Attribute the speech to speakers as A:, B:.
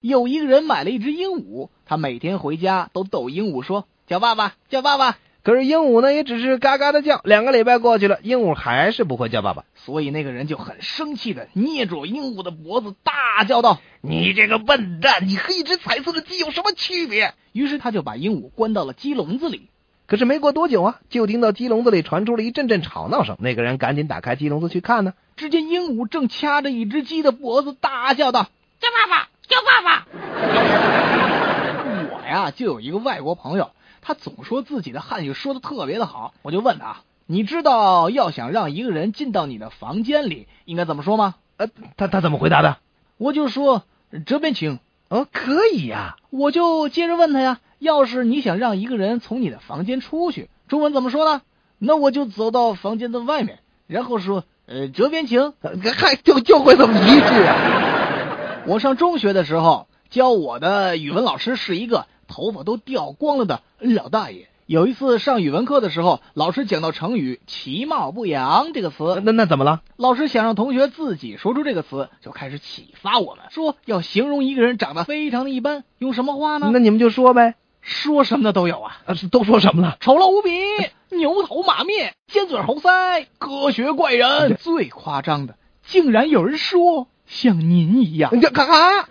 A: 有一个人买了一只鹦鹉，他每天回家都逗鹦鹉说：“叫爸爸，叫爸爸。
B: 可是鹦鹉呢，也只是嘎嘎的叫。两个礼拜过去了，鹦鹉还是不会叫爸爸。”
A: 所以那个人就很生气的捏住鹦鹉的脖子，大叫道：“
B: 你这个笨蛋，你和一只彩色的鸡有什么区别？
A: 于是他就把鹦鹉关到了鸡笼子里。
B: 可是没过多久啊，就听到鸡笼子里传出了一阵阵吵闹声。那个人赶紧打开鸡笼子去看呢、
A: 只见鹦鹉正掐着一只鸡的脖子，大叫道
C: 叫爸爸，叫爸爸。：“
A: 我呀，就有一个外国朋友，他总说自己的汉语说的特别的好。我就问他，你知道要想让一个人进到你的房间里，应该怎么说吗？
B: 呃，他他怎么回答的？
A: 我就说这边请。
B: 哦，可以呀、
A: 我就接着问他呀，要是你想让一个人从你的房间出去，中文怎么说呢？那我就走到房间的外面，然后说，呃，这边请。
B: 呃还就就会这么一句啊。
A: 我上中学的时候，教我的语文老师是一个头发都掉光了的老大爷。有一次上语文课的时候，老师讲到成语“其貌不扬”这个词，
B: 呃那那怎么了？
A: 老师想让同学自己说出这个词，就开始启发我们，说要形容一个人长得非常的一般，用什么话呢？
B: 那你们就说呗。
A: 说什么的都有啊，
B: 啊，是都说什么了？
A: 丑陋无比，牛头马面，尖嘴猴腮，科学怪人。最夸张的，竟然有人说像您一样。
B: 你这咔咔。